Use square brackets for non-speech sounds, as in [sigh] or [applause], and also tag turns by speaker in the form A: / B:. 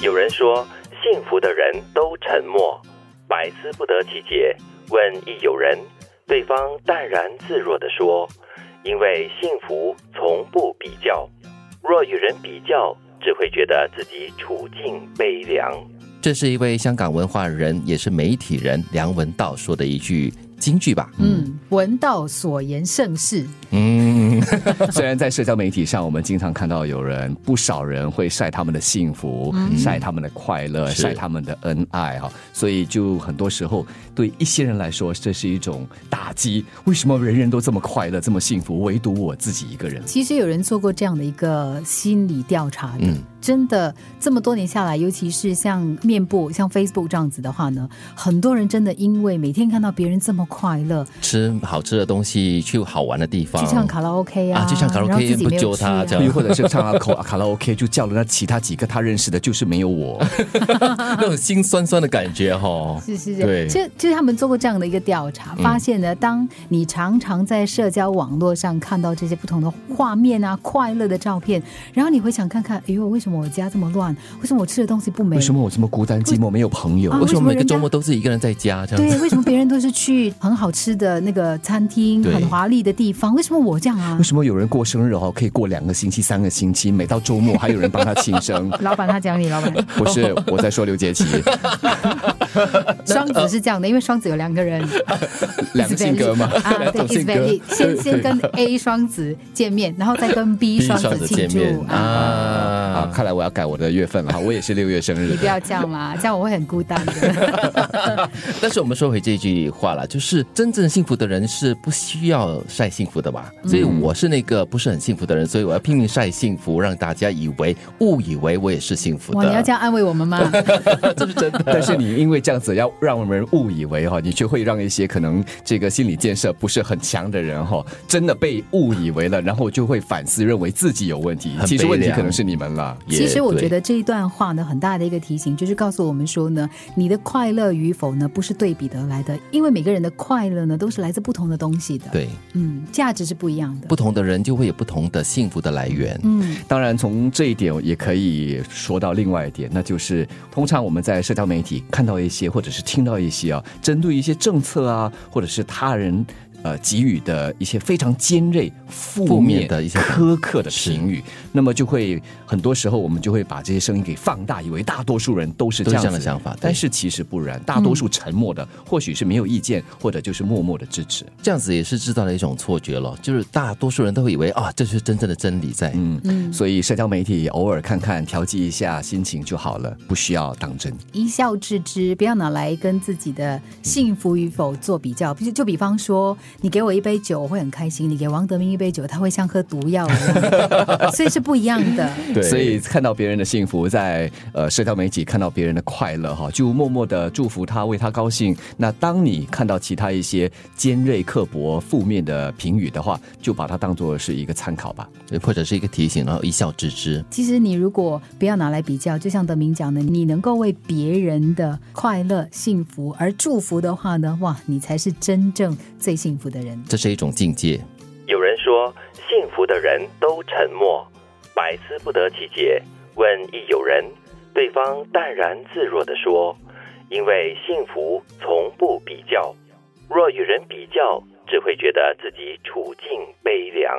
A: 有人说，幸福的人都沉默，百思不得其解。问亦有人，对方淡然自若地说：“因为幸福从不比较，若与人比较，只会觉得自己处境悲凉。”
B: 这是一位香港文化人，也是媒体人梁文道说的一句金句吧？
C: 嗯，闻道所言甚是。
B: 嗯， [laughs]
D: 虽然在社交媒体上，我们经常看到有人不少人会晒他们的幸福、晒他们的快乐、
B: 嗯是
D: 晒他们的恩爱哈，所以就很多时候对一些人来说，这是一种打击。为什么人人都这么快乐、这么幸福，唯独我自己一
B: [laughs]
D: 个人？
C: 其实有人做过这样的一个心理调查的，
B: 嗯
C: 真的这么多年下来，尤其是像面部、像 Facebook 这样子的话呢，很多人真的因为每天看到别人这么快乐，
B: 吃好吃的东西，去好玩的地方，
C: 去唱卡拉 OK 啊，
B: 哦啊去唱卡拉 OK，
C: 然后自己没
B: 不
C: 有
B: 揪
C: 去
B: 他
C: 啊
B: 这样
D: 又或者是唱了口卡拉 OK，就叫了那其他几个他认识的，就是没
B: [laughs]
D: 有我。
B: 那种心酸酸的感觉哈。
C: 是是
B: 对嗯
C: 是，就就是他们做过这样的一个调查，发现呢，当你常常在社交网络上看到这些不同的画面啊、快乐的照片，然后你回想看看，哎呦，为什么我家这么乱？为什么我吃的东西不美？
D: 为什么我这么孤单寂寞，没有朋友？
C: 啊
B: 为什么每
C: 为什么人
B: 个
C: 家
B: 周末都是一个人在家这样
C: 对，
B: 子？
C: 为什么别人都是去很好吃的那个餐厅、
B: 对
C: 很华丽的地方，为什么我这样啊
D: 为？什么有人过生日哦，可以过两个星期、三个星期，每到周末还有人帮他
B: [laughs]
D: 庆生？
C: 老板他讲你，老板
D: 不是，我在说刘杰奇，
C: 双子是这样的，因为双子有两个人，
D: 两个性格嘛
C: It's valid，啊，
B: 两
C: 对
B: 种
C: ，is
B: 性格
C: valid，先先跟 A 双子见面，然后再跟 B
B: 逼
C: 双
B: 上子
C: 子庆
B: 见面
C: 祝啊。
D: 啊，
B: 啊！
D: 看来我要改我的月份了哈，我也是六月生日
C: 你不
D: 的。
C: 要这样
B: [laughs]
C: 啦，这样我会很孤单的。
B: 但是我们说回这句话了，就是真正幸福的人是不需要晒幸福的吧？
C: 嗯
B: 所以我是那个不是很幸福的人，所以我要拼命晒幸福，让大家以为误以为我也是幸福
C: 哇，
B: 的。
C: 你要这样安慰我们吗？ [laughs]
B: 这是真的。
D: 但是你因为这样子要让人误以为哈，你却会让一些可能这个心理建设不是很强的人哈，真的被误以为了，然后就会反思，认为自己有问题
B: 很。
D: 其实问
B: 悲
D: 题
B: 凉
D: 可能是你们了。
B: 也
C: 其实我
B: 对
C: 觉得这一段话呢，很大的一个提醒就是告诉我们说呢，你的快乐与否呢，不是对比得来的，因为每个人的快乐呢，都是来自不同的东西的。，
B: 对，
C: 嗯，价值是不一样的。
B: 不同的人就会有不同的幸福的来源。
C: 嗯，
D: 当然，从这一点也可以说到另外一点，那就是通常我们在社交媒体看到一些，或者是听到一些啊，针对一些政策啊，或者是他人。呃，给予的一些非常尖锐、负
B: 负面
D: 面
B: 的一些
D: 苛刻的
B: 是
D: 评语，那么就会很多时候我们就会把这些声音给放大，以为大多数人都是
B: 都
D: 这
B: 是
D: 样
B: 这样的
D: 子
B: 想法对
D: 但是其实不然，大多数沉默的、或许是没有意见，或者就是默默的支持。
B: 这样子也是制造了一种错觉了，就是大多数人都会以为啊，这是真正的真理在。
D: 嗯，所以社交媒体偶尔看看，调剂一下心情就好了，不需要当真。
C: 一笑置之，不要拿来跟自己的幸福与否做比较。就就比方说，你给我一杯酒，我会很开心；你给王德明一杯酒，他会像喝毒药一样，所以是不一样的。
B: 对
D: 所以看到别人的幸福，在呃社交媒体看到别人的快乐哈，就默默的祝福他，为他高兴。那当你看到其他一些尖锐、刻薄、负面的评语的话，就把它当做是一个参考吧。
B: 或者是一个提醒，然后一笑置之。
C: 其实你如果不要拿来比较，就像德明讲的，你能够为别人的快乐、幸福而祝福的话呢，哇，你才是真正最幸福的人。
B: 这是一种境界。
A: 有人说，幸福的人都沉默，百思不得其解。问亦有人，对方淡然自若地说：“因为幸福从不比较，若与人比较，只会觉得自己处境悲凉。”